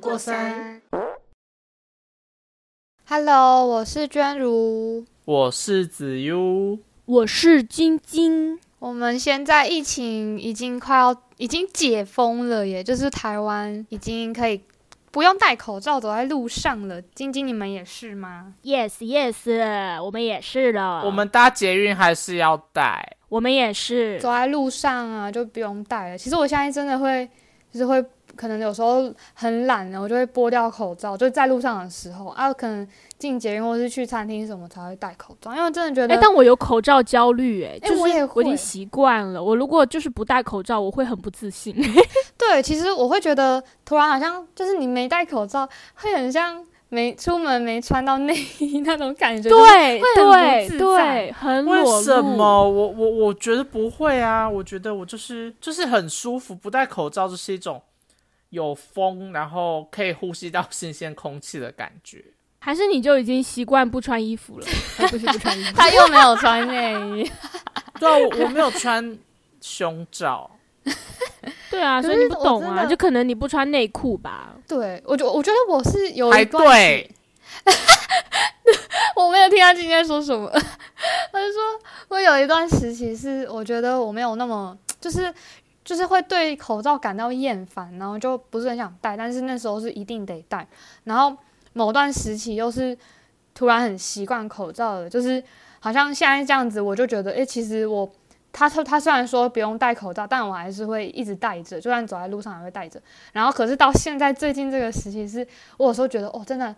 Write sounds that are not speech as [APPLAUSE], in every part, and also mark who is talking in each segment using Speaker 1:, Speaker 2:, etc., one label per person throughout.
Speaker 1: 过山。Hello，我是娟如。
Speaker 2: 我是子悠，
Speaker 3: 我是晶晶，
Speaker 1: 我们现在疫情已经快要已经解封了耶，就是台湾已经可以不用戴口罩走在路上了。晶晶，你们也是吗？
Speaker 3: Yes Yes，我们也是了，
Speaker 2: 我们搭捷运还是要带，
Speaker 3: 我们也是
Speaker 1: 走，在路上啊，就不用戴了。其实我现在真的会，就是会可能有时候很懒了，我就会剥掉口罩，就在路上的时候啊，可能进捷运或是去餐厅什么才会戴口罩，因为我真的觉
Speaker 3: 哎、
Speaker 1: 得，
Speaker 3: 但我有口罩焦虑、哎、
Speaker 1: 哎
Speaker 3: 就是
Speaker 1: 我也
Speaker 3: 我已
Speaker 1: 会
Speaker 3: 经习惯了。我如果就是不戴口罩，我会很不
Speaker 1: [LAUGHS]
Speaker 3: 自信。
Speaker 1: 对，其实我会觉得突然好像就是你没戴口罩，会很像没出门没穿到内衣 [LAUGHS] 那种感觉。就是
Speaker 3: 对
Speaker 1: 会很不
Speaker 3: 对
Speaker 1: 自在
Speaker 3: 对，很裸
Speaker 2: 为
Speaker 3: 露。
Speaker 2: 什么？我我我觉得不会啊，我觉得我就是就是很舒服，不戴口罩就是一种有风，然后可以呼吸到新鲜空气的感
Speaker 3: [LAUGHS]
Speaker 2: 觉。
Speaker 3: 还是你就已经习惯不穿衣服了？哎不是不穿衣服，
Speaker 1: 他又没有穿内衣， [LAUGHS]
Speaker 2: 对啊，我我没有穿胸
Speaker 3: [LAUGHS]
Speaker 2: 罩，
Speaker 3: 对啊，
Speaker 1: 可
Speaker 3: 所以你
Speaker 1: 是
Speaker 3: 不
Speaker 1: 我
Speaker 3: 懂
Speaker 1: 真
Speaker 3: 啊，
Speaker 1: 的
Speaker 3: 就可能你不穿内裤吧。
Speaker 1: 对我觉我觉得我是有一
Speaker 2: 排
Speaker 1: 段时
Speaker 2: 队，
Speaker 1: 我没有听他今天说什么， [LAUGHS] 他就说我有一段时期是我觉得我没有那么就是就是会对口罩感到厌烦，然后就不是很想戴，但是那时候是一定得戴，然后某段时期又是突然很习惯口罩了，就是好像现在这样子，我就觉得诶，其实我。他说他虽然说不用戴口罩，但我还是会一直戴着，就算走在路上也会戴着。然后可是到现在最近这个时期是，我有时候觉得哦，真的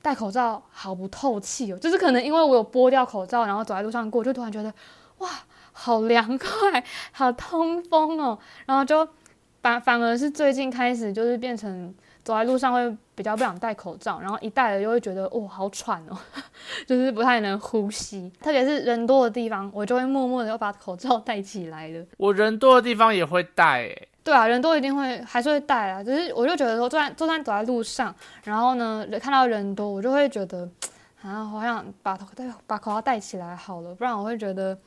Speaker 1: 戴口罩好不透气哦，就是可能因为我有剥掉口罩，然后走在路上过，就突然觉得哇，好凉快，好通风哦，然后就反反而是最近开始就是变成走在路上会比较不想戴口罩，然后一戴了就会觉得哦好喘哦， [LAUGHS] 就是不太能呼吸，特别是人多的地方，我就会默默的要把口罩戴起来了。
Speaker 2: 我人多的地方也会戴、欸，
Speaker 1: 对啊，人都一定会还是会带啊，只是我就觉得说，就算就算走在路上，然后呢人看到人多，我就会觉得啊，好想把头戴把口罩戴起来好了，不然我会觉得，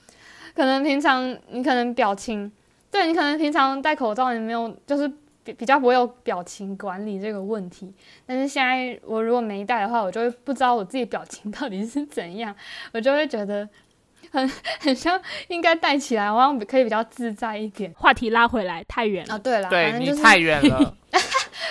Speaker 1: 可能平常你可能表情，对你可能平常戴口罩你没有就是。比比较不会有表情管理这个问题，但是现在我如果没戴的话，我就会不知道我自己表情 [LAUGHS] 到底是怎样，我就会觉得很很像应该戴起来，好像可以比较自在一点。
Speaker 3: 话题拉回来太远了，
Speaker 1: 啊，对啦，
Speaker 2: 对
Speaker 1: 反正
Speaker 2: 你
Speaker 1: 就是，
Speaker 2: 太远
Speaker 3: [LAUGHS]
Speaker 2: 了。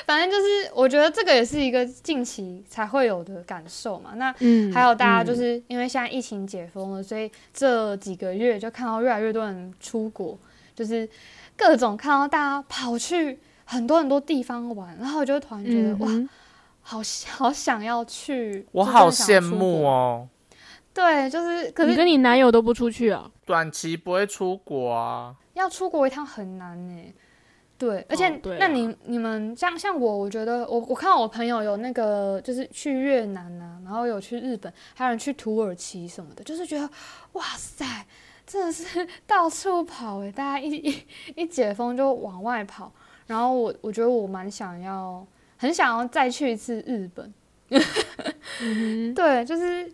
Speaker 1: 反正就是，我觉得这个也是一个近期才会有的感受嘛。那
Speaker 3: 嗯
Speaker 1: 还有大家就是因为现在疫情解封了，所以这几个月就看到越来越多人出国，就是各种看到大家跑去很多很多地方玩，然后我就突
Speaker 3: 嗯
Speaker 1: 然觉得、哇，
Speaker 3: 哇，
Speaker 1: 好好想要去，
Speaker 2: 嗯我
Speaker 1: 就
Speaker 2: 好
Speaker 1: 真的
Speaker 2: 羡
Speaker 1: 想要出
Speaker 2: 慕
Speaker 1: 国。
Speaker 2: 哦，
Speaker 1: 对，就是可
Speaker 3: 你
Speaker 1: 是
Speaker 3: 跟你男友都不出去哦？
Speaker 2: 短期不会出国啊。
Speaker 1: 要出国一趟很难呢、对，而且、
Speaker 3: 哦对啊
Speaker 1: 那你你们像像我，我觉得我我看到我朋友有那个就是去越南啊，然后有去日本，还有人去土耳其什么的，就是觉得哇塞，真的是 [LAUGHS] 到处跑诶、大家一一一解封就往外跑。然后我我觉得我蛮想要，很想要再去一次日本。
Speaker 3: 嗯
Speaker 1: 对，就是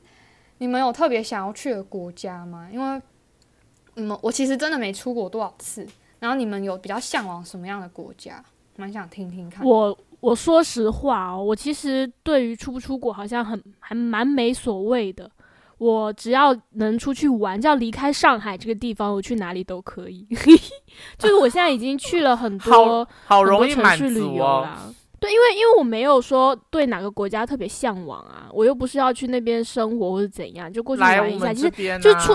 Speaker 1: 你们有特别想要去的国家吗？因为你们我其实真的没出过多少次，然后你们有比较向往什么样的国家？蛮想听听
Speaker 3: 哼
Speaker 1: 看。
Speaker 3: 我我说实话哦，我其实对于出不出国好像很还蛮没所谓的。我只要能出去玩，只要离开上海这个地方，我去哪里都可以。 [LAUGHS] 就是我现在已经去了很多
Speaker 2: 好好
Speaker 3: 很多
Speaker 2: 容易
Speaker 3: 城
Speaker 2: 满
Speaker 3: 市旅
Speaker 2: 足
Speaker 3: 游
Speaker 2: 哦。
Speaker 3: 啦。对，因为因为我没有说对哪个国家特别向往啊，我又不是要去那边生活或者怎样，就过去
Speaker 2: 来
Speaker 3: 玩
Speaker 2: 我
Speaker 3: 一下。
Speaker 2: 们
Speaker 3: 其
Speaker 2: 这
Speaker 3: 实
Speaker 2: 边、啊、
Speaker 3: 就出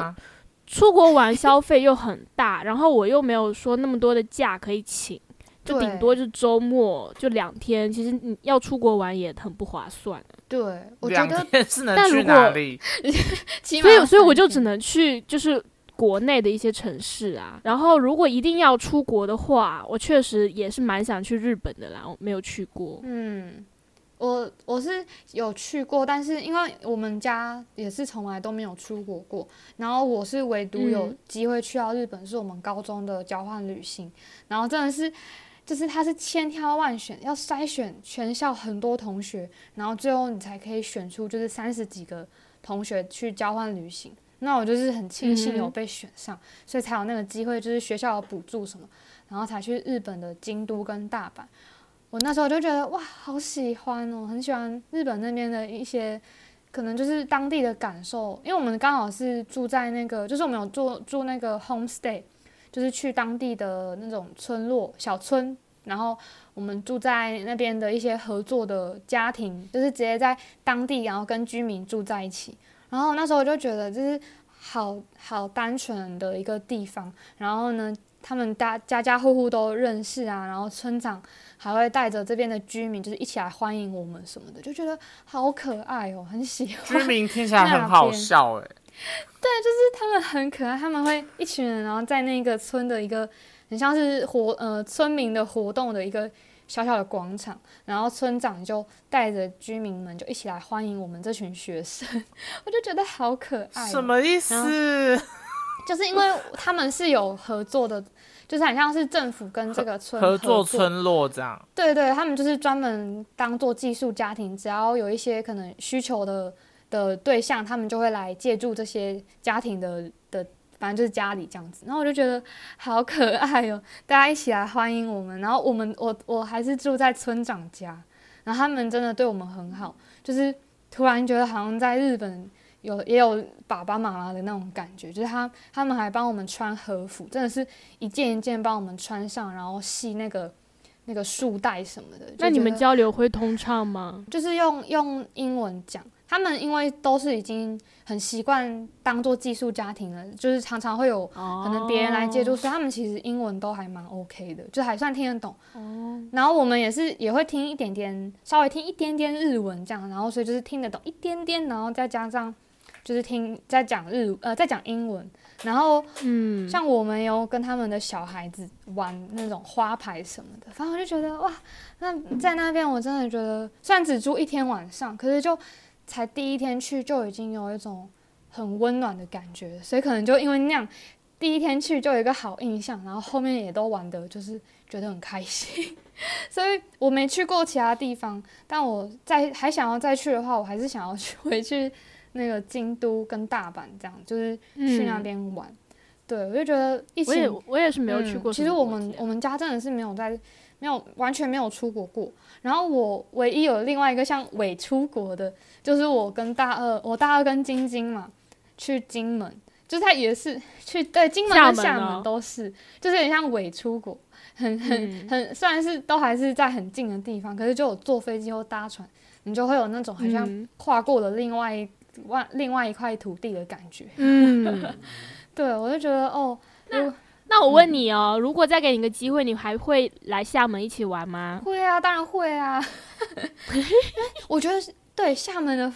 Speaker 3: 出国玩消费又很大，然后我又没有说那么多的假可以请，就
Speaker 1: 对
Speaker 3: 顶多就周末就两天。其实你要出国玩也很不划算，
Speaker 1: 对，我觉
Speaker 2: 两
Speaker 1: 得
Speaker 2: 天是能
Speaker 3: 但
Speaker 2: 去
Speaker 3: 如果
Speaker 2: 哪里？
Speaker 3: [LAUGHS]
Speaker 1: 起码
Speaker 3: 所
Speaker 1: 要
Speaker 3: 以所以我
Speaker 1: 三
Speaker 3: 就
Speaker 1: 天
Speaker 3: 只能去就是国内的一些城市啊。然后如果一定要出国的话，我确实也是蛮想去日本的啦，我没有去过。
Speaker 1: 嗯，我我是有去过，但是因为我们家也是从来都没有出国过，然后我是唯独有
Speaker 3: 嗯
Speaker 1: 机会去到日本，是我们高中的交换旅行，然后真的是。就是它是千挑万选，要筛选全校很多同学，然后最后你才可以选出就是三十几个同学去交换旅行。那我就是很庆幸有
Speaker 3: 嗯哼
Speaker 1: 被选上，所以才有那个机会，就是学校有补助什么，然后才去日本的京都跟大阪。我那时候就觉得哇，好喜欢哦，很喜欢日本那边的一些，可能就是当地的感受，因为我们刚好是住在那个，就是我们有住住那个 homestay，就是去当地的那种村落小村，然后我们住在那边的一些合作的家庭，就是直接在当地，然后跟居民住在一起。然后那时候我就觉得，就是好好单纯的一个地方。然后呢，他们大家家户户都认识啊，然后村长还会带着这边的居民，就是一起来欢迎我们什么的，就觉得好可爱哦，很喜欢。
Speaker 2: 居民听起来很好笑哎、
Speaker 1: 他们很可爱，他们会一群人，然后在那个村的一个很像是活呃村民的活动的一个小小的广场，然后村长就带着居民们就一起来欢迎我们这群学生，我就觉得好可爱、哦
Speaker 2: 什？么意思？
Speaker 3: 嗯
Speaker 2: [LAUGHS]
Speaker 1: 就是因为他们是有合作的，就是很像是政府跟这个村
Speaker 2: 合作村落这样，
Speaker 1: 对对，他们就是专门当做寄宿家庭，只要有一些可能需求的的对象，他们就会来借助这些家庭的的，反正就是家里这样子。然后我就觉得好可爱哦，大家一起来欢迎我们。然后我们我我还是住在村长家，然后他们真的对我们很好，就是突然觉得好像在日本。有也有爸爸妈妈的那种感觉，就是他他们还帮我们穿和服，真的是一件一件帮我们穿上，然后系那个那个束带什么的。就
Speaker 3: 那你
Speaker 1: 觉
Speaker 3: 们
Speaker 1: 得
Speaker 3: 交流会通畅吗？
Speaker 1: 就是用用英文讲，他们因为都是已经很习惯当做寄宿家庭了，就是常常会有
Speaker 3: 可
Speaker 1: 可能别人来接触，所以他们其实英文都还蛮 OK 的，就还算听得懂。
Speaker 3: 哦，
Speaker 1: 然后我们也是也会听一点点，稍微听一点点日文这样，然后所以就是听得懂一点点，然后再加上就是听在讲日呃在讲英文，然后
Speaker 3: 嗯，
Speaker 1: 像我们有跟他们的小孩子玩那种花牌什么的，反正我就觉得哇，那在那边我真的觉得，虽然只住一天晚上，可是就才第一天去就已经有一种很温暖的感觉，所以可能就因为那样，第一天去就有一个好印象，然后后面也都玩的就是觉得很开心。 [LAUGHS] 所以我没去过其他地方，但我再还想要再去的话，我还是想要去回去那个京都跟大阪这样，就是去那
Speaker 3: 嗯
Speaker 1: 边玩。对，我就觉得疫
Speaker 3: 我也
Speaker 1: 情
Speaker 3: 我也是没有去
Speaker 1: 嗯
Speaker 3: 过
Speaker 1: 其
Speaker 3: 什
Speaker 1: 实
Speaker 3: 么
Speaker 1: 我
Speaker 3: 国家。 [LAUGHS]
Speaker 1: 们我们家真的是没有在没有完全没有出国过。然后我唯一有另外一个像伪出国的，就是我跟大二，我大二跟晶晶嘛去金门，就是他也是去对金门跟
Speaker 3: 厦
Speaker 1: 厦
Speaker 3: 门哦
Speaker 1: 门都是，就是有点像伪出国，很很
Speaker 3: 嗯
Speaker 1: 很虽然是都还是在很近的地方，可是就有坐飞机或搭船，你就会有那种好像
Speaker 3: 嗯
Speaker 1: 跨过了另外一外另外一块土地的感觉。
Speaker 3: 嗯，
Speaker 1: [LAUGHS] 对我就觉得哦，如果
Speaker 3: 那我
Speaker 1: 嗯
Speaker 3: 问你哦，如果再给你一个机会，你还会来厦门一起玩吗？
Speaker 1: 会啊，当然会啊。
Speaker 3: [LAUGHS]
Speaker 1: 我觉得是对厦门的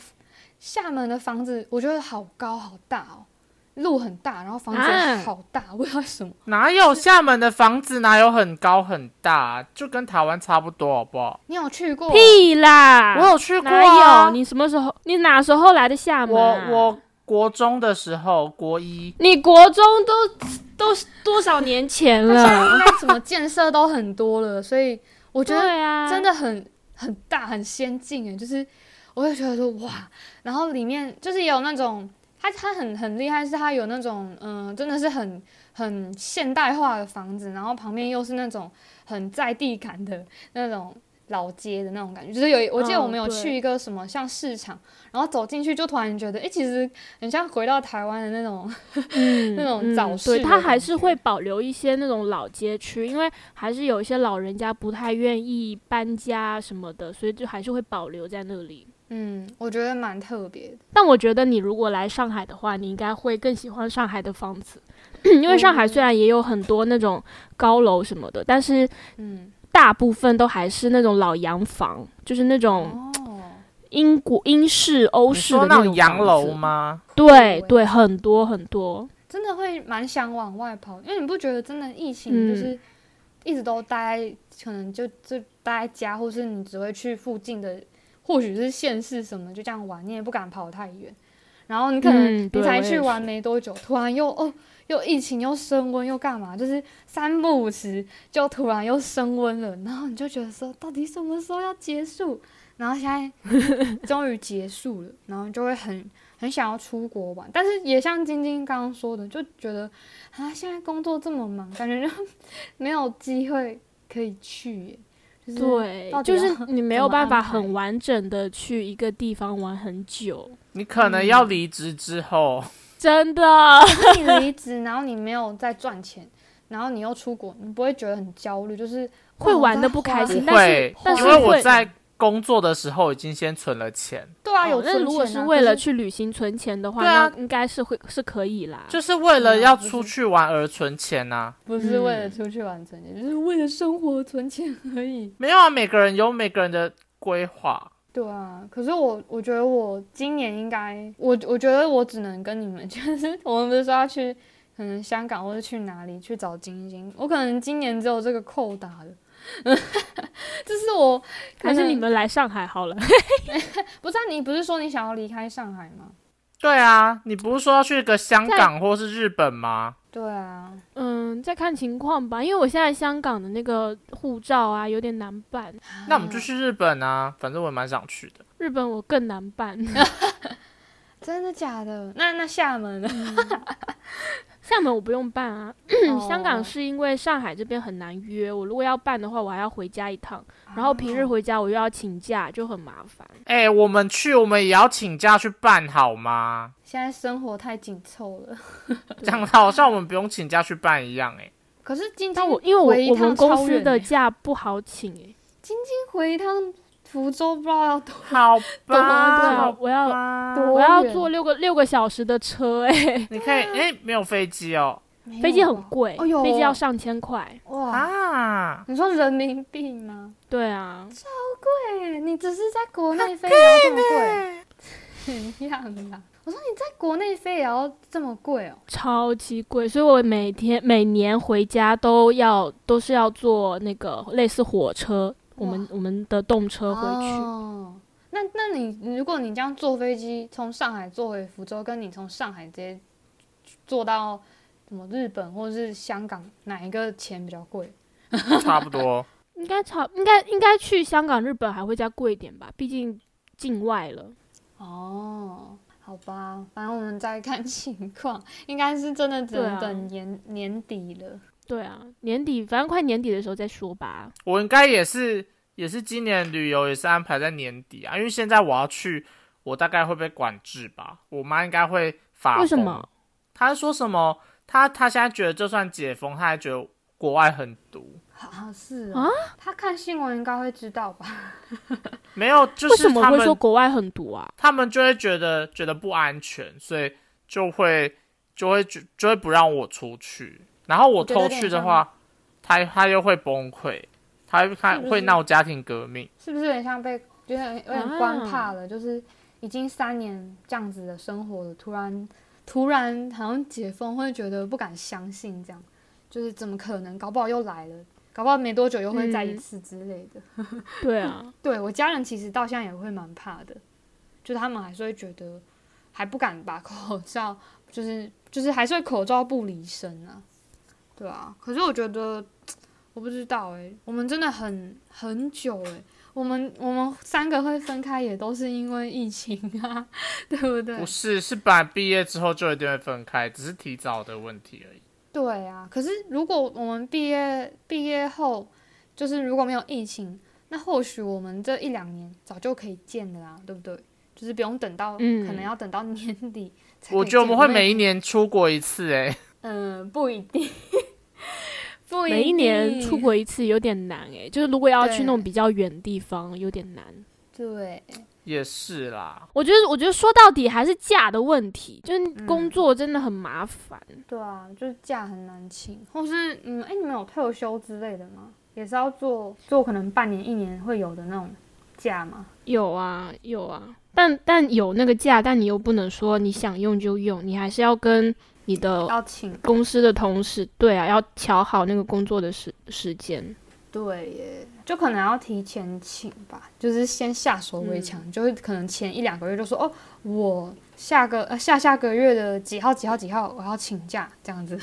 Speaker 1: 厦门的房子，我觉得好高好大哦，路很大，然后房子也
Speaker 3: 啊
Speaker 1: 好大，我不知道为什么。
Speaker 2: 哪有厦门的房子哪有很高很大，啊就跟台湾差不多好不好？
Speaker 1: 你有去过？
Speaker 3: 屁啦！
Speaker 2: 我有去过、
Speaker 3: 哪
Speaker 2: 啊，
Speaker 3: 有？你什么时候？你哪时候来的厦门、啊？
Speaker 2: 我我国中的时候，国一
Speaker 3: 你国中都都是多少年前
Speaker 1: 它现在
Speaker 3: 了？
Speaker 1: 应该什么建设都很多了，所以我觉得
Speaker 3: 对啊，
Speaker 1: 真的很很大很先进诶，就是我会觉得说哇，然后里面就是也有那种。它它很很厉害，是它有那种嗯、真的是很很现代化的房子，然后旁边又是那种很在地感的那种老街的那种感觉。就是有我记得
Speaker 3: 嗯
Speaker 1: 我们有
Speaker 3: 对
Speaker 1: 去一个什么像市场，然后走进去就突然觉得，诶，其实很像回到台湾的那种
Speaker 3: 嗯
Speaker 1: 那种
Speaker 3: 嗯
Speaker 1: 早市
Speaker 3: 对，
Speaker 1: 的
Speaker 3: 它还
Speaker 1: 感
Speaker 3: 是
Speaker 1: 觉
Speaker 3: 会保留一些那种老街区，因为还是有一些老人家不太愿意搬家什么的，所以就还是会保留在那里。
Speaker 1: 嗯，我觉得蛮特别的。
Speaker 3: 但我觉得你如果来上海的话，你应该会更喜欢上海的房子， [COUGHS] 因为上海虽然也有很多那种高楼什么的，但是
Speaker 1: 嗯，
Speaker 3: 大部分都还是那种老洋房，就是那种
Speaker 1: 哦，
Speaker 3: 英国英式、欧
Speaker 2: 你
Speaker 3: 式
Speaker 2: 说
Speaker 3: 的
Speaker 2: 那
Speaker 3: 种
Speaker 2: 种洋
Speaker 3: 房
Speaker 2: 楼
Speaker 3: 子？
Speaker 2: 吗？
Speaker 3: 对
Speaker 1: 对
Speaker 3: 对，很多很多。
Speaker 1: 真的会蛮想往外跑，因为你不觉得真的疫情
Speaker 3: 嗯
Speaker 1: 就是一直都待在，可能就就待在家，或是你只会去附近的，或许是县市什么，就这样玩，你也不敢跑太远。然后你可能
Speaker 3: 嗯
Speaker 1: 你
Speaker 3: 对
Speaker 1: 才
Speaker 3: 我
Speaker 1: 去
Speaker 3: 也
Speaker 1: 玩没多久，突然又哦又疫情又升温又干嘛，就是三不五时就突然又升温了，然后你就觉得说到底什么时候要结束？然后现在终于结束了，然后就会很很想要出国玩，但是也像晶晶刚刚说的，就觉得啊现在工作这么忙，感觉就没有机会可以去耶，就是
Speaker 3: 对
Speaker 1: 到，底
Speaker 3: 就
Speaker 1: 要
Speaker 3: 是你没有办法
Speaker 1: 怎么安排
Speaker 3: 很完整的去一个地方玩很久，
Speaker 2: 你可能
Speaker 3: 嗯
Speaker 2: 要离职之后，
Speaker 3: [LAUGHS] 真的。
Speaker 1: 可是你离职，然后你没有在赚钱，然后你又出国，你不会觉得很焦虑，就是
Speaker 3: [LAUGHS] 会
Speaker 1: 哇我
Speaker 3: 玩得
Speaker 1: 在
Speaker 3: 不
Speaker 1: 花
Speaker 3: 开
Speaker 2: 不
Speaker 3: 心嗯但是
Speaker 2: 会，
Speaker 1: 但是
Speaker 2: 因为
Speaker 1: 会
Speaker 2: 我在工作的时候已经先存了钱，
Speaker 1: 对啊，有
Speaker 3: 哦那
Speaker 1: 存
Speaker 3: 如果
Speaker 1: 钱
Speaker 3: 是
Speaker 1: 啊
Speaker 3: 为
Speaker 1: 可
Speaker 3: 了
Speaker 1: 是
Speaker 3: 去旅行存钱的话，
Speaker 2: 对啊
Speaker 3: 那应该是会是可以啦。
Speaker 2: 就是为了要
Speaker 1: 嗯
Speaker 2: 出去玩而存钱啊呐、
Speaker 1: 不是为了
Speaker 3: 嗯
Speaker 1: 出去玩存钱，就是为了生活存钱而已。
Speaker 2: 没有啊，每个人有每个人的规划。
Speaker 1: 对啊，可是我我觉得我今年应该，我我觉得我只能跟你们， [LAUGHS] 就是我们不是说要去可能香港或者去哪里去找晶晶，我可能今年只有这个扣打的， [LAUGHS] 就是我可
Speaker 3: 还是
Speaker 1: 能
Speaker 3: 你们来上海好了。 [LAUGHS]
Speaker 1: 不是、啊、你不是说你想要离开上海吗？
Speaker 2: 对啊，你不是说要去个香港或是日本吗？
Speaker 1: 对啊，
Speaker 3: 嗯，再看情况嗯吧，因为我现在香港的那个护照啊有点难办，
Speaker 1: 嗯
Speaker 2: 那我们就去日本啊，反正我也蛮想去的。
Speaker 3: 日本我更难办。
Speaker 1: 真的假的？那那厦门呢？
Speaker 3: [LAUGHS] 厦门我不用办啊，
Speaker 1: 哦
Speaker 3: 香港是因为上海这边很难约，我如果要办的话，我还要回家一趟，然后平
Speaker 1: 哦
Speaker 3: 日回家我又要请假，就很麻烦。
Speaker 2: 哎、我们去，我们也要请假去办好吗？
Speaker 1: 现在生活太紧凑了。
Speaker 2: 讲的好像我们不用请假去办一样、哎，
Speaker 1: 可是今天
Speaker 3: 但我因为
Speaker 1: 回一
Speaker 3: 我我
Speaker 1: 趟
Speaker 3: 们公
Speaker 1: 超
Speaker 3: 司
Speaker 1: 远
Speaker 3: 的
Speaker 1: 欸
Speaker 3: 假不好请诶、
Speaker 1: 回一趟福州，不知道要多
Speaker 2: 好
Speaker 1: 懂了
Speaker 2: 吧，
Speaker 1: 懂了
Speaker 2: 好
Speaker 3: 我要
Speaker 2: 吧
Speaker 1: 多
Speaker 3: 啊我要
Speaker 1: 远
Speaker 3: 坐六个六个小时的车诶、
Speaker 2: 你可以，哎、没有飞机哦，
Speaker 3: 飞机很贵，
Speaker 1: 哎呦
Speaker 3: 飞机要上千块。
Speaker 1: 哇！
Speaker 2: 啊，
Speaker 1: 你说人民币吗？
Speaker 3: 对啊，
Speaker 1: 对，你只是在国内飞也要这么贵，怎样啦？ [LAUGHS] 我说你在国内飞也要这么贵哦，
Speaker 3: 超级贵，所以我每天每年回家都要都是要坐那个类似火车，我们我们的动车回去。
Speaker 1: 哦那那你如果你这样坐飞机从上海坐回福州，跟你从上海直接坐到什么日本或是香港，哪一个钱比较贵？
Speaker 2: 差不多。
Speaker 3: 应该差，应该应该去香港、日本还会再贵一点吧，毕竟境外了。
Speaker 1: 哦，好吧，反正我们再看情况，应该是真的只
Speaker 3: 对
Speaker 1: 能
Speaker 3: 啊
Speaker 1: 等年、年底了。
Speaker 3: 对啊，年底反正快年底的时候再说吧。
Speaker 2: 我应该也是，也是今年旅游也是安排在年底啊，因为现在我要去，我大概会被管制吧，我妈应该会罚。
Speaker 3: 为什么？？
Speaker 2: 她说什么？她她现在觉得就算解封，她还觉得国外很毒。
Speaker 1: 啊，是哦他看新闻应该会知道吧？
Speaker 2: 没有，就
Speaker 3: 为
Speaker 2: 是
Speaker 3: 什么
Speaker 2: 他
Speaker 3: 会说
Speaker 2: 们
Speaker 3: 国外很毒啊？
Speaker 2: 他们就会觉得觉得不安全，所以就会就会就就会不让我出去。然后我
Speaker 1: 我觉得
Speaker 2: 偷
Speaker 1: 有点
Speaker 2: 去的
Speaker 1: 像
Speaker 2: 话，她她又会崩溃，她她
Speaker 1: 是不
Speaker 2: 会
Speaker 1: 是
Speaker 2: 闹家庭革命。
Speaker 1: 是不是有点像被有点有点
Speaker 3: 啊
Speaker 1: 关怕了？就是已经三年这样子的生活了，突然突然好像解封，会觉得不敢相信，这样就是怎么可能？搞不好又来了，搞不好没多久又会再一
Speaker 3: 嗯
Speaker 1: 次之类的。
Speaker 3: 对啊，
Speaker 1: 对我家人其实到现在也会蛮怕的，就是他们还是会觉得还不敢把 [LAUGHS] 口罩，就是就是还是会口罩不离身啊，对啊。可是我觉得我不知道诶、我们真的很很久诶、我们我们三个会分开也都是因为疫情啊， [LAUGHS] 对不对？
Speaker 2: 不是，是本来毕业之后就一定会分开，只是提早的问题而已。
Speaker 1: 对啊，可是如果我们毕业毕业后，就是如果没有疫情，那或许我们这一两年早就可以见的啦，对不对？就是不用等到，
Speaker 3: 嗯
Speaker 1: 可能要等到年底才可以
Speaker 2: [LAUGHS] 我觉得我们会
Speaker 1: 见
Speaker 2: 每一，年出国一次、哎，
Speaker 1: 嗯、不一定，不一定
Speaker 3: 每一年出，国一次有点难诶、就是如果要去
Speaker 1: 对
Speaker 3: 那种比较远的地方有点难。
Speaker 1: 对，
Speaker 2: 也是啦。
Speaker 3: 我觉得，我觉得说到底还是假的问题，就是工作真的很麻烦。
Speaker 1: 对啊，就是假很难请，或是嗯，哎，你们有特休之类的吗？也是要做做可能半年一年会有的那种假吗？
Speaker 3: 有啊，有啊，但但有那个假，但你又不能说你想用就用，你还是要跟你的
Speaker 1: 要请，
Speaker 3: 公司的同事，对啊，要调好那个工作的时时间。
Speaker 1: 对耶，就可能要提前请吧，就是先下手为强，就是可能前一两个月就说哦，我下个呃下下个月的几号几号几号我要请假，这样子，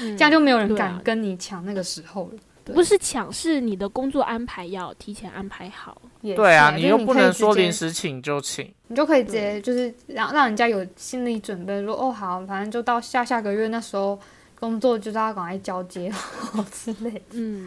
Speaker 3: 嗯
Speaker 1: 这样就没有人
Speaker 3: 对啊
Speaker 1: 敢跟你抢那个时候了。对
Speaker 3: 不是抢，是你的工作安排要提前安排好。
Speaker 1: 也
Speaker 2: 对啊，
Speaker 1: 是
Speaker 2: 你
Speaker 1: 就是
Speaker 2: 又
Speaker 1: 你
Speaker 2: 不
Speaker 1: 可以
Speaker 2: 能
Speaker 1: 直
Speaker 2: 说
Speaker 1: 接
Speaker 2: 临时请就请。
Speaker 1: 你就可以直接就是让让人家有心理准备，说哦好，反正就到下 [LAUGHS] 下个月那时候工作就是要赶快交接好之类的。
Speaker 3: 嗯，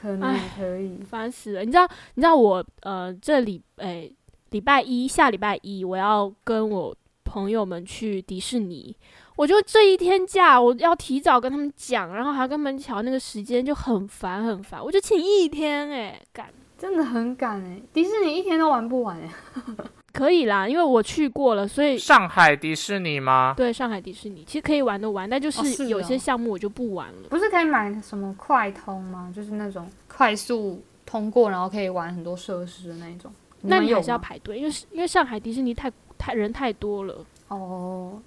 Speaker 1: 可能
Speaker 3: 唉
Speaker 1: 可以。
Speaker 3: 烦死了！你知道，你知道我呃，这礼诶、礼拜一下礼拜一我要跟我朋友们去迪士尼，我就这一天假，我要提早跟他们讲，然后还要跟他们调那个时间，就很烦很烦。我就请一天诶、干
Speaker 1: 真的很赶哎、迪士尼一天都玩不完哎、
Speaker 3: 可以啦，因为我去过了，所以
Speaker 2: 上海迪士尼吗？
Speaker 3: 对上海迪士尼其实可以玩的玩，但就
Speaker 1: 哦是
Speaker 3: 是有
Speaker 1: 哦
Speaker 3: 些项目我就不玩了。
Speaker 1: 不是可以买什么快通吗？就是那种快速通过，然后可以玩很多设施的那一种。
Speaker 3: 那
Speaker 1: 们
Speaker 3: 你
Speaker 1: 有
Speaker 3: 还是要
Speaker 1: 吗
Speaker 3: 排队，因为是因为上海迪士尼太太人太多了。
Speaker 1: 哦，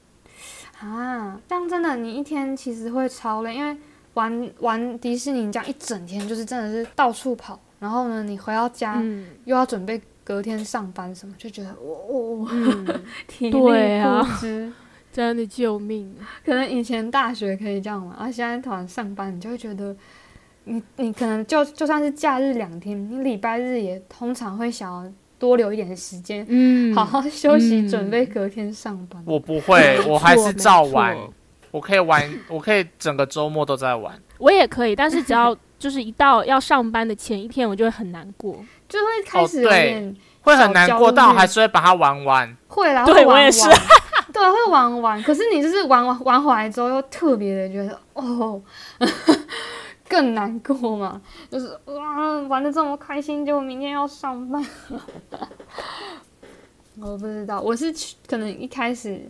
Speaker 1: 啊，这样真的，你一天其实会超累，因为玩玩迪士尼这样一整天，就是真的是到处跑，然后呢，你回到家、
Speaker 3: 嗯
Speaker 1: 又要准备隔天上班什么，就觉得我我我
Speaker 3: 嗯， [LAUGHS]
Speaker 1: 体力
Speaker 3: 对啊
Speaker 1: 不支。
Speaker 3: 真的救命！啊
Speaker 1: 可能以前大学可以这样玩，而、现在突然上班，你就会觉得你，你可能就就算是假日两天，你礼拜日也通常会想要多留一点时间，
Speaker 3: [LAUGHS]
Speaker 1: [LAUGHS]
Speaker 3: 嗯，
Speaker 1: 好好休息，
Speaker 3: 嗯
Speaker 1: 准备隔天上班。
Speaker 2: 我不会，我还是照玩
Speaker 3: 没。错
Speaker 2: 我可以玩，我可以整个周末都在玩。
Speaker 3: 我也可以，但是只要 [LAUGHS] 就是一到要上班的前一天，我就会很难过。
Speaker 1: 就会开始有
Speaker 2: 哦对
Speaker 1: 点、
Speaker 2: 会很难
Speaker 1: 小
Speaker 2: 过，
Speaker 1: 焦虑
Speaker 2: 但我还是会把它玩完。
Speaker 1: 会啦，
Speaker 3: 对
Speaker 1: 会玩
Speaker 3: 我也是
Speaker 1: 玩对，会玩玩。可是你就是玩玩玩回来之后，又特别的觉得哦， [LAUGHS] 更难过嘛，就是哇，玩的这么开心，结果明天要上班。 [LAUGHS] 我不知道，我是去可能一开始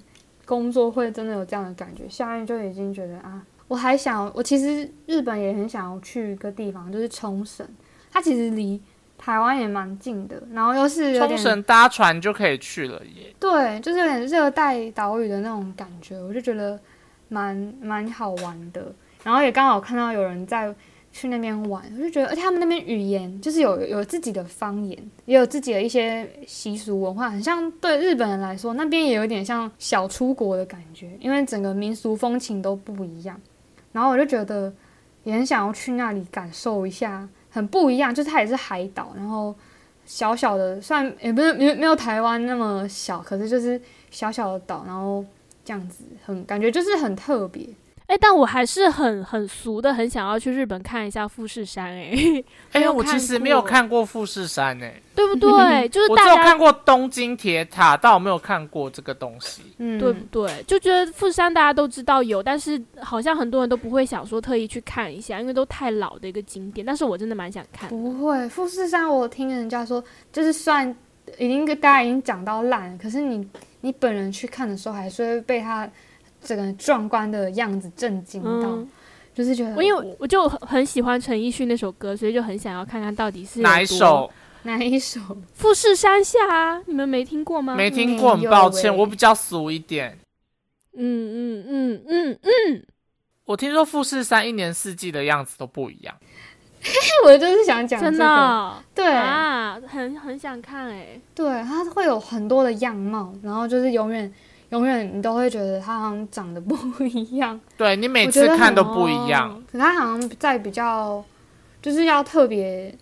Speaker 1: 工作会真的有这样的感觉，下面就已经觉得啊，我还想，我其实日本也很想要去一个地方，就是冲绳，它其实离台湾也蛮近的，然后又是有
Speaker 2: 冲
Speaker 1: 点
Speaker 2: 绳搭船就可以去了耶。
Speaker 1: 对，就是有点热带岛屿的那种感觉，我就觉得蛮蛮好玩的。然后也刚好看到有人在去那边玩，我就觉得，而且他们那边语言就是有有自己的方言，也有自己的一些习俗文化，很像对日本人来说，那边也有点像小出国的感觉，因为整个民俗风情都不一样。然后我就觉得也很想要去那里感受一下，很不一样，就是它也是海岛，然后小小的，虽然也不是没有没有台湾那么小，可是就是小小的岛，然后这样子很感觉就是很特别。
Speaker 3: 哎，但我还是很很俗的，很想要去日本看一下富士山，哎， [LAUGHS]
Speaker 2: 哎、
Speaker 3: 没有
Speaker 2: 我其
Speaker 3: 看
Speaker 2: 实没有
Speaker 3: 过
Speaker 2: 看过富士山诶、
Speaker 3: 对不 [LAUGHS] 对？就是
Speaker 2: 我只
Speaker 3: 大
Speaker 2: 有
Speaker 3: 家
Speaker 2: 看过东京铁塔，但我没有看过这个东西。
Speaker 1: 嗯，
Speaker 3: 对不对？就觉得富士山大家都知道有，但是好像很多人都不会想说特意去看一下，因为都太老的一个景点。但是我真的蛮想看。
Speaker 1: 不会，富士山我听人家说，就是算已经跟大家已经讲到烂了，可是你你本人去看的时候，还是会被它整个壮观的样子震惊到，
Speaker 3: 嗯，
Speaker 1: 就是觉得
Speaker 3: 我因为我就很很喜欢陈奕迅那首歌，所以就很想要看看到底是有啊
Speaker 2: 哪一
Speaker 3: 多
Speaker 2: 首
Speaker 1: 哪一首？ [LAUGHS]
Speaker 3: 富士山下啊？你们没听过吗？
Speaker 2: 没听
Speaker 1: 没
Speaker 2: 过？很
Speaker 1: 有
Speaker 2: 抱
Speaker 1: 欸
Speaker 2: 歉，我比较俗一点。
Speaker 3: 嗯嗯嗯嗯嗯，
Speaker 2: 我听说富士山一年四季的样子都不一样。
Speaker 1: 我就是想讲这个，
Speaker 3: 真的哦、
Speaker 1: 对、
Speaker 3: 啊，很很想看哎、
Speaker 1: 对，它会有很多的样貌，然后就是永远永远你都会觉得它好像长得不 [LAUGHS] 一样。
Speaker 2: 对你每
Speaker 1: 我觉得
Speaker 2: 次
Speaker 1: 很哦
Speaker 2: 看都不一
Speaker 3: 哦
Speaker 2: 样。
Speaker 1: 可它好像在比较，就是要特别，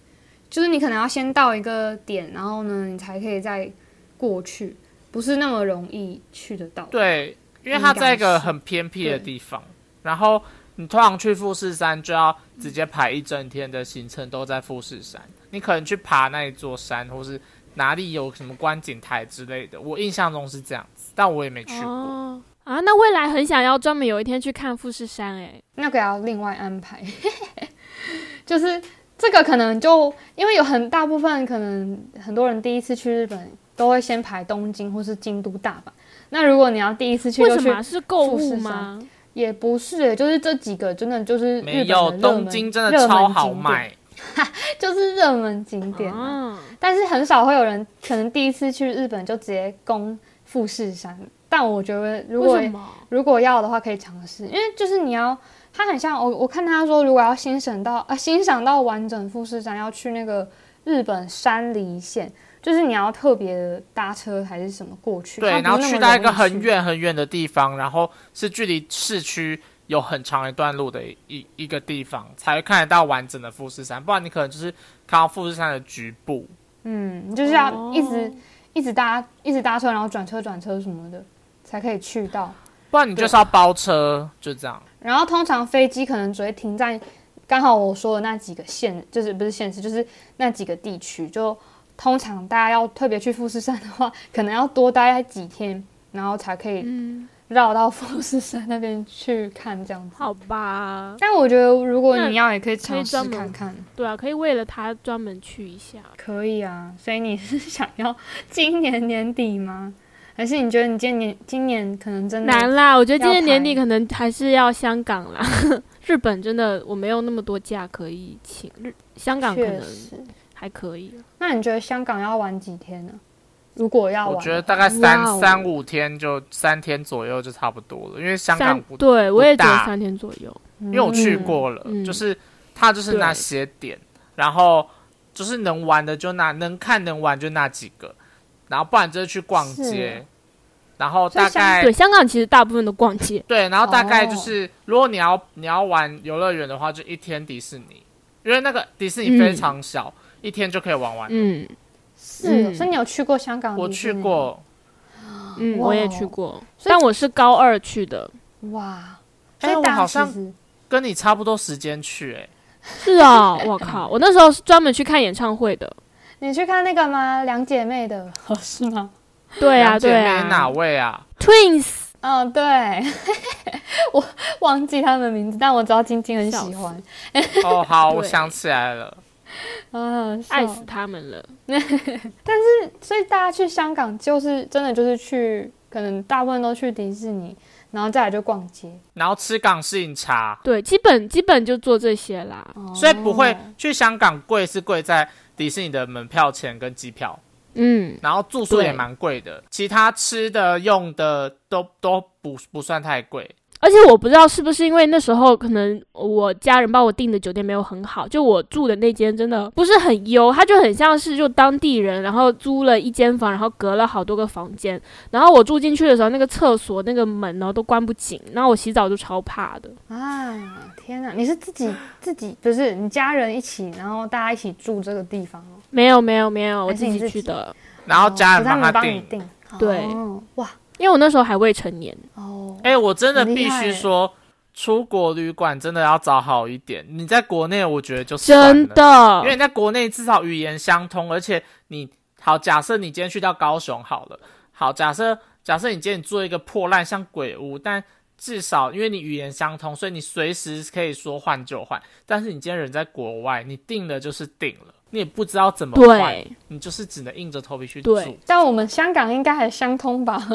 Speaker 1: 就是你可能要先到一个点，然后呢，你才可以再过去，不是那么容易去得到。
Speaker 2: 对，因为
Speaker 1: 应
Speaker 2: 它
Speaker 1: 该
Speaker 2: 在一个
Speaker 1: 是
Speaker 2: 很偏僻的
Speaker 1: 嗯对
Speaker 2: 地方，然后你通常去富士山就要直接排一整天的行程都在富士山。你可能去爬那一座山，或是哪里有什么观景台之类的。我印象中是这样子，但我也没去过。
Speaker 3: 哦啊，那未来很想要专门有一天去看富士山哎、
Speaker 1: 那个要另外安排， [LAUGHS] 就是这个可能就因为有很大部分可能很多人第一次去日本都会先排东京或是京都、大阪。那如果你要第一次去，
Speaker 3: 为
Speaker 1: 就
Speaker 3: 什
Speaker 1: 去
Speaker 3: 么啊是购
Speaker 1: 富
Speaker 3: 物
Speaker 1: 士
Speaker 3: 吗？
Speaker 1: 也不是、欸，就是这几个真的就是日
Speaker 2: 没
Speaker 1: 本
Speaker 2: 有
Speaker 1: 的，热门
Speaker 2: 东京真的
Speaker 1: 热门
Speaker 2: 超好
Speaker 1: 景点
Speaker 2: 买。
Speaker 1: 就是热门景点、啊，
Speaker 3: 啊，
Speaker 1: 但是很少会有人可能第一次去日本就直接攻富士山。但我觉得如果
Speaker 3: 为什么？
Speaker 1: 如果要的话，可以尝试，因为就是你要，它很像我我看他说，如果要欣赏到啊欣赏到完整富士山，要去那个日本山梨县，就是你要特别的搭车还是什么过去，
Speaker 2: 对，
Speaker 1: 它不
Speaker 2: 然后
Speaker 1: 是那
Speaker 2: 去
Speaker 1: 么
Speaker 2: 到
Speaker 1: 容
Speaker 2: 一
Speaker 1: 易
Speaker 2: 个很
Speaker 1: 去，
Speaker 2: 远很远的地方，然后是距离市区有很长一段路的一一一个地方，才会看得到完整的富士山。不然你可能就是看到富士山的局部。
Speaker 1: 嗯，就是要一直、
Speaker 3: 哦
Speaker 1: 一直搭一直搭车，然后转车转车什么的，才可以去到。
Speaker 2: 不然你就是要包车，就这样。
Speaker 1: 然后通常飞机可能只会停在刚好我说的那几个县，就是不是县市，就是那几个地区，就通常大家要特别去富士山的话，可能要多待几天，然后才可以
Speaker 3: 嗯，
Speaker 1: 绕到富士山那边去看这样子。
Speaker 3: 好吧，
Speaker 1: 但我觉得如果
Speaker 3: 那
Speaker 1: 你要，也可以
Speaker 3: 可以
Speaker 1: 尝试
Speaker 3: 专门
Speaker 1: 看看。
Speaker 3: 对啊，可以为了他专门去一下。
Speaker 1: 可以啊，所以你是想要今年年底吗？ [LAUGHS] 还是你觉得你今年今年可能真的
Speaker 3: 难啦，我觉得今
Speaker 1: 要
Speaker 3: 年年底
Speaker 1: 排
Speaker 3: 可能还是要香港啦。 [LAUGHS] 日本真的我没有那么多假可以请，日香港可
Speaker 1: 确
Speaker 3: 能
Speaker 1: 实。
Speaker 3: 还可以。
Speaker 1: 那你觉得香港要玩几天呢？如果要玩，
Speaker 2: 我觉得大概三
Speaker 3: 哇哦
Speaker 2: 三五天就三天左右就差不多了，因为香港
Speaker 3: 三
Speaker 2: 不，
Speaker 3: 对我也觉
Speaker 2: 大
Speaker 3: 得三天左右。
Speaker 1: 因
Speaker 2: 因为我去，过了，
Speaker 3: 嗯
Speaker 2: 就是它就是那
Speaker 3: 对
Speaker 2: 些点，然后就是能玩的就那能看能玩就那几个，然后不然就是去逛
Speaker 1: 是
Speaker 2: 街，然后
Speaker 1: 所以
Speaker 2: 大
Speaker 1: 香
Speaker 2: 概
Speaker 3: 对，香港其实大部分都逛
Speaker 2: [LAUGHS]
Speaker 3: 街。
Speaker 2: 对，然后大概就
Speaker 1: 哦
Speaker 2: 是，如果你要你要玩游乐园的话，就一天迪士尼，因为那个迪士尼非
Speaker 3: 嗯
Speaker 2: 常小，一天就可以玩完。
Speaker 3: 嗯
Speaker 1: 是哦，
Speaker 3: 嗯
Speaker 1: 所以你有去过香港？
Speaker 2: 我去，过，
Speaker 3: 嗯，
Speaker 1: 哇
Speaker 3: 我也去过，
Speaker 1: 所以
Speaker 3: 但我是高二去的。
Speaker 1: 哇！
Speaker 2: 哎
Speaker 1: 所以
Speaker 2: 我
Speaker 1: 大
Speaker 2: 好
Speaker 1: 家
Speaker 2: 像
Speaker 1: 其实
Speaker 2: 跟你差不多时间去、哎，
Speaker 3: 是
Speaker 1: [LAUGHS]
Speaker 3: 啊，我靠，我那时候是专门去看演唱会的。
Speaker 1: 你去看那个吗？两姐妹的，哦，是吗？
Speaker 3: 对啊，
Speaker 2: 两姐
Speaker 3: 对
Speaker 2: 妹哪
Speaker 3: 啊
Speaker 2: 位啊？
Speaker 3: ，Twins
Speaker 1: 嗯，对， [LAUGHS] 我忘记他们名字，但我知道晶晶很
Speaker 3: 笑
Speaker 1: 喜
Speaker 3: 死
Speaker 1: 欢，
Speaker 2: 哦，好，我
Speaker 3: 对
Speaker 2: 想起来了，
Speaker 1: 嗯，
Speaker 3: 爱
Speaker 1: 笑
Speaker 3: 死他们了。
Speaker 1: 所以大家去香港就是真的就是去，可能大部分都去迪士尼，然后再来就逛街，
Speaker 2: 然后吃港式饮茶，
Speaker 3: 对，基本基本就做这些啦。
Speaker 1: 哦
Speaker 2: 所以不会去香港贵是贵在迪士尼的门票钱跟机票，
Speaker 3: 嗯，
Speaker 2: 然后住宿也
Speaker 3: 对
Speaker 2: 蛮贵的，其他吃的用的都都不不算太贵。
Speaker 3: 而且我不知道是不是因为那时候可能我家人帮我订的酒店没有很好，就我住的那间真的不是很优，它就很像是就当地人，然后租了一间房，然后隔了好多个房间，然后我住进去的时候，那个厕所那个门哦呢都关不紧，然后我洗澡就超怕的。
Speaker 1: 啊，天哪！你是自 [SIGHS] 己自己不是你家人一起，然后大家一起住这个地方哦，
Speaker 3: 没有没有没有，我
Speaker 1: 还是
Speaker 3: 自
Speaker 1: 你
Speaker 3: 己
Speaker 1: 自己
Speaker 3: 去的，
Speaker 2: 然后
Speaker 1: 哦
Speaker 2: 家
Speaker 1: 可
Speaker 2: 人
Speaker 1: 是他
Speaker 2: 帮
Speaker 1: 们
Speaker 2: 他
Speaker 1: 帮你
Speaker 2: 订。
Speaker 1: 订，
Speaker 3: 对
Speaker 1: 哦哇
Speaker 3: 因为我那时候还未成年。
Speaker 1: 哦，
Speaker 2: 哎、我真的
Speaker 1: 很厉
Speaker 2: 必
Speaker 1: 害
Speaker 2: 须
Speaker 1: 欸
Speaker 2: 说，出国旅馆真的要找好一点。你在国内，我觉得就算了
Speaker 3: 真，的
Speaker 2: 因为，你在国内至少语言相通，而且你好，假设你今天去到高雄好了，好，假设假设你今天做一个破烂像鬼屋，但至少因为你语言相通，所以你随时可以说换就换。但是你今天人在国外，你定了就是定了，你也不知道怎么换，
Speaker 3: 对，
Speaker 2: 你就是只能硬着头皮去住
Speaker 3: 对。
Speaker 1: 但我们香港应该还相通吧？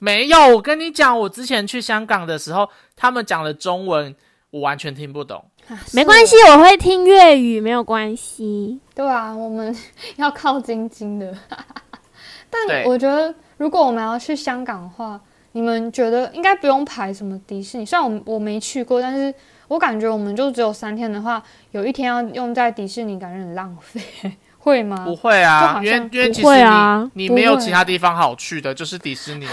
Speaker 2: 没有，我跟你讲，我之前去香港的时候，他们讲的中文我完全听不懂。
Speaker 3: 没关系，我会听粤语，没有关系。
Speaker 1: 对啊，我们 [LAUGHS] 要靠晶晶的。 [LAUGHS] 但
Speaker 2: 对
Speaker 1: 我觉得，如果我们要去香港的话，你们觉得应该不用排什么迪士尼？虽然我我没去过，但是我感觉我们就只有三天的话，有一天要用在迪士尼，感觉很浪费， [LAUGHS] 会吗？
Speaker 2: 不会
Speaker 1: 就
Speaker 2: 啊，
Speaker 1: 好像
Speaker 2: 因为因为其
Speaker 3: 不
Speaker 2: 实
Speaker 3: 会
Speaker 2: 你、
Speaker 3: 啊
Speaker 2: 你
Speaker 1: 不
Speaker 2: 没有
Speaker 1: 会
Speaker 2: 其他地方好去的，就是迪士尼了。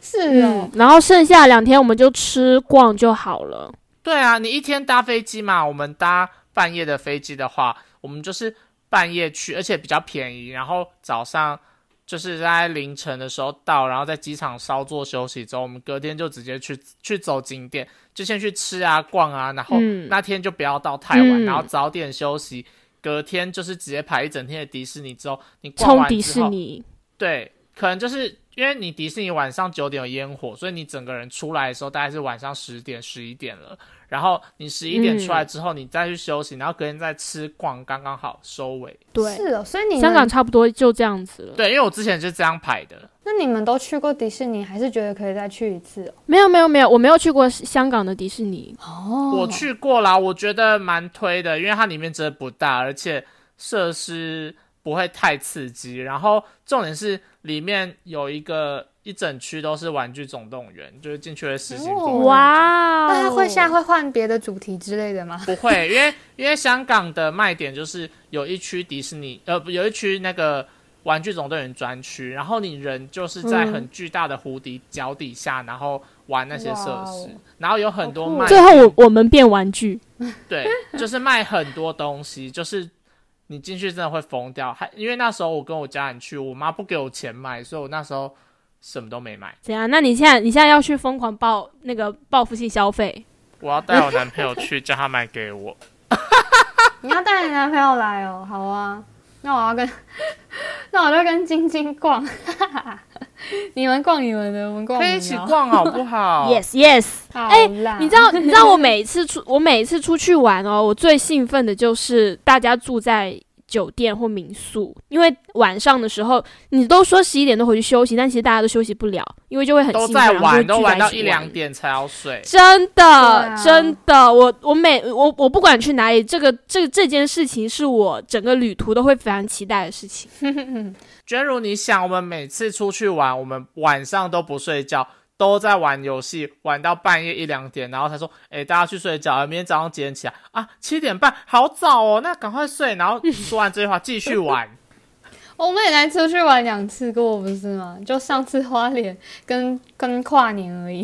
Speaker 1: 是哦
Speaker 3: 嗯，，然后剩下两天我们就吃逛就好了。
Speaker 2: 对啊，你一天搭飞机嘛，我们搭半夜的飞机的话，我们就是半夜去，而且比较便宜，然后早上。就是在凌晨的时候到，然后在机场稍作休息之后，我们隔天就直接去 [LAUGHS] 去走景点，就先去吃啊、逛啊，然后
Speaker 3: 嗯
Speaker 2: 那天就不要到太晚，
Speaker 3: 嗯
Speaker 2: 然后早点休息。隔天就是直接排一整天的迪士尼之后，你逛
Speaker 3: 冲
Speaker 2: 完
Speaker 3: 迪
Speaker 2: 之
Speaker 3: 士
Speaker 2: 后，
Speaker 3: 尼，
Speaker 2: 对，可能就是因为你迪士尼晚上九点有烟火，所以你整个人出来的时候大概是晚上十点、十一点了。然后你十一点
Speaker 3: 嗯
Speaker 2: 出来之后，你再去休息，然后隔天再吃逛，刚刚好收尾。
Speaker 3: 对，
Speaker 1: 是哦。所以你们
Speaker 3: 香港，差不多就这样子了。
Speaker 2: 对，因为我之前就是这样排的。
Speaker 1: 那你们都去过迪士尼，还是觉得可以再去一次哦？
Speaker 3: 没有没有没有，我没有去过香港的迪士尼。
Speaker 1: 哦
Speaker 2: 我，去过啦，我觉得蛮推的，因为它里面真的不大，而且设施不会太刺激。然后重点是里面有一个一整区都是玩具总动员，就是进去会实行
Speaker 1: 哦
Speaker 2: 动。
Speaker 3: 哇哦！
Speaker 1: 那他会现在会换别的主题之类的吗？
Speaker 2: 不会，因为因为香港的卖点就是有一区迪士尼，呃，不有一区那个玩具总动员专区，然后你人就是在
Speaker 3: 嗯
Speaker 2: 很巨大的湖底脚底下，然后玩那些设
Speaker 1: 哇
Speaker 2: 施
Speaker 1: 哦，
Speaker 2: 然后有很多
Speaker 1: 好酷哦
Speaker 2: 卖
Speaker 3: 最后我我们变玩具，
Speaker 2: 对，就是卖很多东西，就是你进去真的会疯掉。还因为那时候我跟我家人去，我妈不给我钱买，所以我那时候什么都没买。
Speaker 3: 怎样？那你现在你现在要去疯狂报那个报复性消费？
Speaker 2: 我要带我男朋友去，叫他买给我。
Speaker 1: 你要带你男朋友来哦，好啊。那我要跟， [LAUGHS] 那我就跟晶晶逛， [LAUGHS] 你们逛你们的，我们逛我
Speaker 2: 可
Speaker 1: 们的哦。
Speaker 2: 以一起逛好不好
Speaker 3: Yes Yes，
Speaker 1: 哎、啦
Speaker 3: 你知
Speaker 1: [LAUGHS]
Speaker 3: 道，你知道我每次出我每次出去玩哦，我最兴奋的就是大家住在酒店或民宿，因为晚上的时候你都说十一点都回去休息，但其实大家都休息不了，因为就会很
Speaker 2: 都
Speaker 3: 兴奋，
Speaker 2: 在
Speaker 3: 然后就
Speaker 2: 玩，
Speaker 3: 聚在
Speaker 2: 都玩到
Speaker 3: 起
Speaker 2: 一两。点才要睡。
Speaker 3: 真的，
Speaker 1: 啊
Speaker 3: 真的，我我每我我不管去哪里，这个这这件事情是我整个旅途都会非常期待的事情。
Speaker 2: 娟如，你想，我们每次出去玩，我们晚上都不睡觉，都在玩游戏，玩到半夜一两点，然后他说：“哎、大家去睡觉，明天早上几点起来啊？七点半，好早哦，那赶快睡。”然
Speaker 1: [LAUGHS]
Speaker 2: 后说完这句话，继续玩。
Speaker 1: [LAUGHS] 我们也才出去玩两次过，不是吗？就上次花莲跟 [LAUGHS] 跟跨年而已，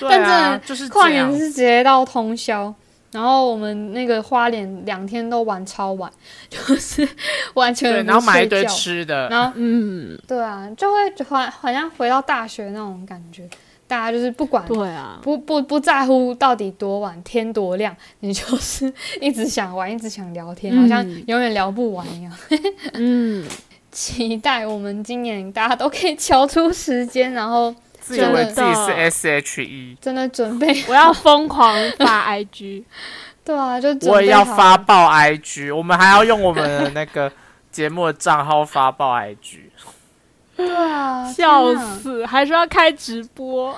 Speaker 2: 对
Speaker 1: 但
Speaker 2: 啊，
Speaker 1: 真
Speaker 2: 就是
Speaker 1: 跨
Speaker 2: 这
Speaker 1: 年
Speaker 2: 样。
Speaker 1: 是直接到通宵。然后我们那个花莲两天都玩超晚， [LAUGHS] 就是完全
Speaker 2: 对，
Speaker 1: 不
Speaker 2: 然后买一
Speaker 1: 睡
Speaker 2: 堆
Speaker 1: 觉
Speaker 2: 吃的，
Speaker 1: 然后
Speaker 3: 嗯，
Speaker 1: 对啊，就会好好像回到大学那种感觉，大家就是不管
Speaker 3: 对啊，
Speaker 1: 不不不在乎到底多晚天多亮，你就是 [LAUGHS] 一直想玩，一直想聊天，好像
Speaker 3: 嗯
Speaker 1: 永远聊不完一样。
Speaker 3: 嗯，
Speaker 1: 期待我们今年大家都可以瞧出时间，然后
Speaker 2: 自以为
Speaker 1: 真
Speaker 2: 自己是
Speaker 3: 的
Speaker 2: S H E，
Speaker 1: 真的准备，
Speaker 3: 我要疯狂发 IG。
Speaker 1: [LAUGHS] 对啊，就准
Speaker 2: 我也
Speaker 1: 备
Speaker 2: 要
Speaker 1: 好
Speaker 2: 发报 I G，我们还要用我们的那
Speaker 1: [LAUGHS]
Speaker 2: 个节目的账号发报 I G。
Speaker 1: 对啊，
Speaker 3: 笑
Speaker 1: 天哪，
Speaker 3: 死，还说要开直播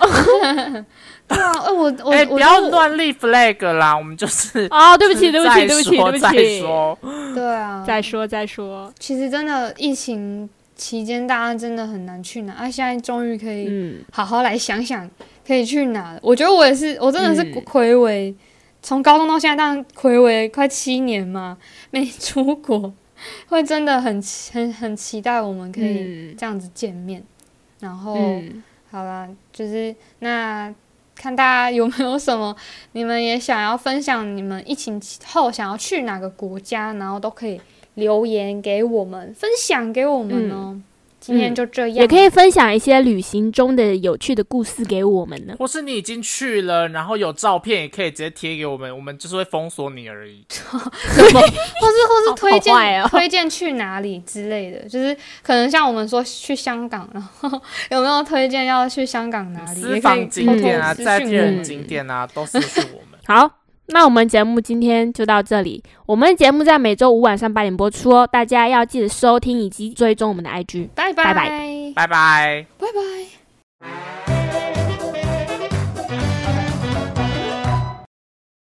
Speaker 1: 对啊，哎我我
Speaker 2: 哎、
Speaker 1: 我
Speaker 2: 不要
Speaker 1: 我
Speaker 2: 乱立 flag 啦，我们就是
Speaker 3: 啊、对不起，对不起，
Speaker 2: 再
Speaker 3: 对不起，
Speaker 2: 说
Speaker 3: 对不
Speaker 2: 再
Speaker 3: 起，
Speaker 2: 说，
Speaker 1: 对啊，
Speaker 3: 再说再说，
Speaker 1: 其实真的疫情期间大家真的很难去哪，啊，现在终于可以。
Speaker 3: 嗯，
Speaker 1: 好好来想想可以去哪了。我觉得我也是，我真的是
Speaker 3: 嗯
Speaker 1: 暌违，从、高中到现在，当然暌违快七年嘛， [LAUGHS] 没出国，会真的很期很很期待我们可以
Speaker 3: 嗯
Speaker 1: 这样子见面。然
Speaker 2: 哦
Speaker 1: 后、
Speaker 3: 嗯，
Speaker 1: 好啦，就是那看大家有没有什么，你们也想要分享你们疫情后想要去哪个国家，然后都可以留言给我们，分享给我
Speaker 3: 嗯
Speaker 1: 们哦。今天就这样，
Speaker 3: 也可以分享一些旅行中的有趣的故事给
Speaker 2: [LAUGHS]
Speaker 3: 我们呢。 [LAUGHS]
Speaker 2: 或是你已经去了，然后有照片也可以直接贴给我们，我们就是会封锁你而已。
Speaker 1: 或是或
Speaker 3: 好
Speaker 1: 是推荐、
Speaker 3: 好坏哦
Speaker 1: 推荐去哪里之类的，就是可能像我们说去香港，然后有没有推荐要去香港哪里？
Speaker 2: 私
Speaker 1: 也可以
Speaker 2: 房
Speaker 1: 偷
Speaker 2: 景
Speaker 1: 偷
Speaker 2: 点啊，
Speaker 1: 私
Speaker 2: 在地
Speaker 1: 讯我
Speaker 2: 人
Speaker 1: 们
Speaker 2: 景点啊，都私讯我们。
Speaker 3: 好，那我们节目今天就到这里。我们的节目在每周五晚上八点播出哦，大家要记得收听以及追踪我们的 IG。
Speaker 1: 拜拜
Speaker 3: 拜
Speaker 1: 拜
Speaker 2: 拜拜。
Speaker 1: 拜。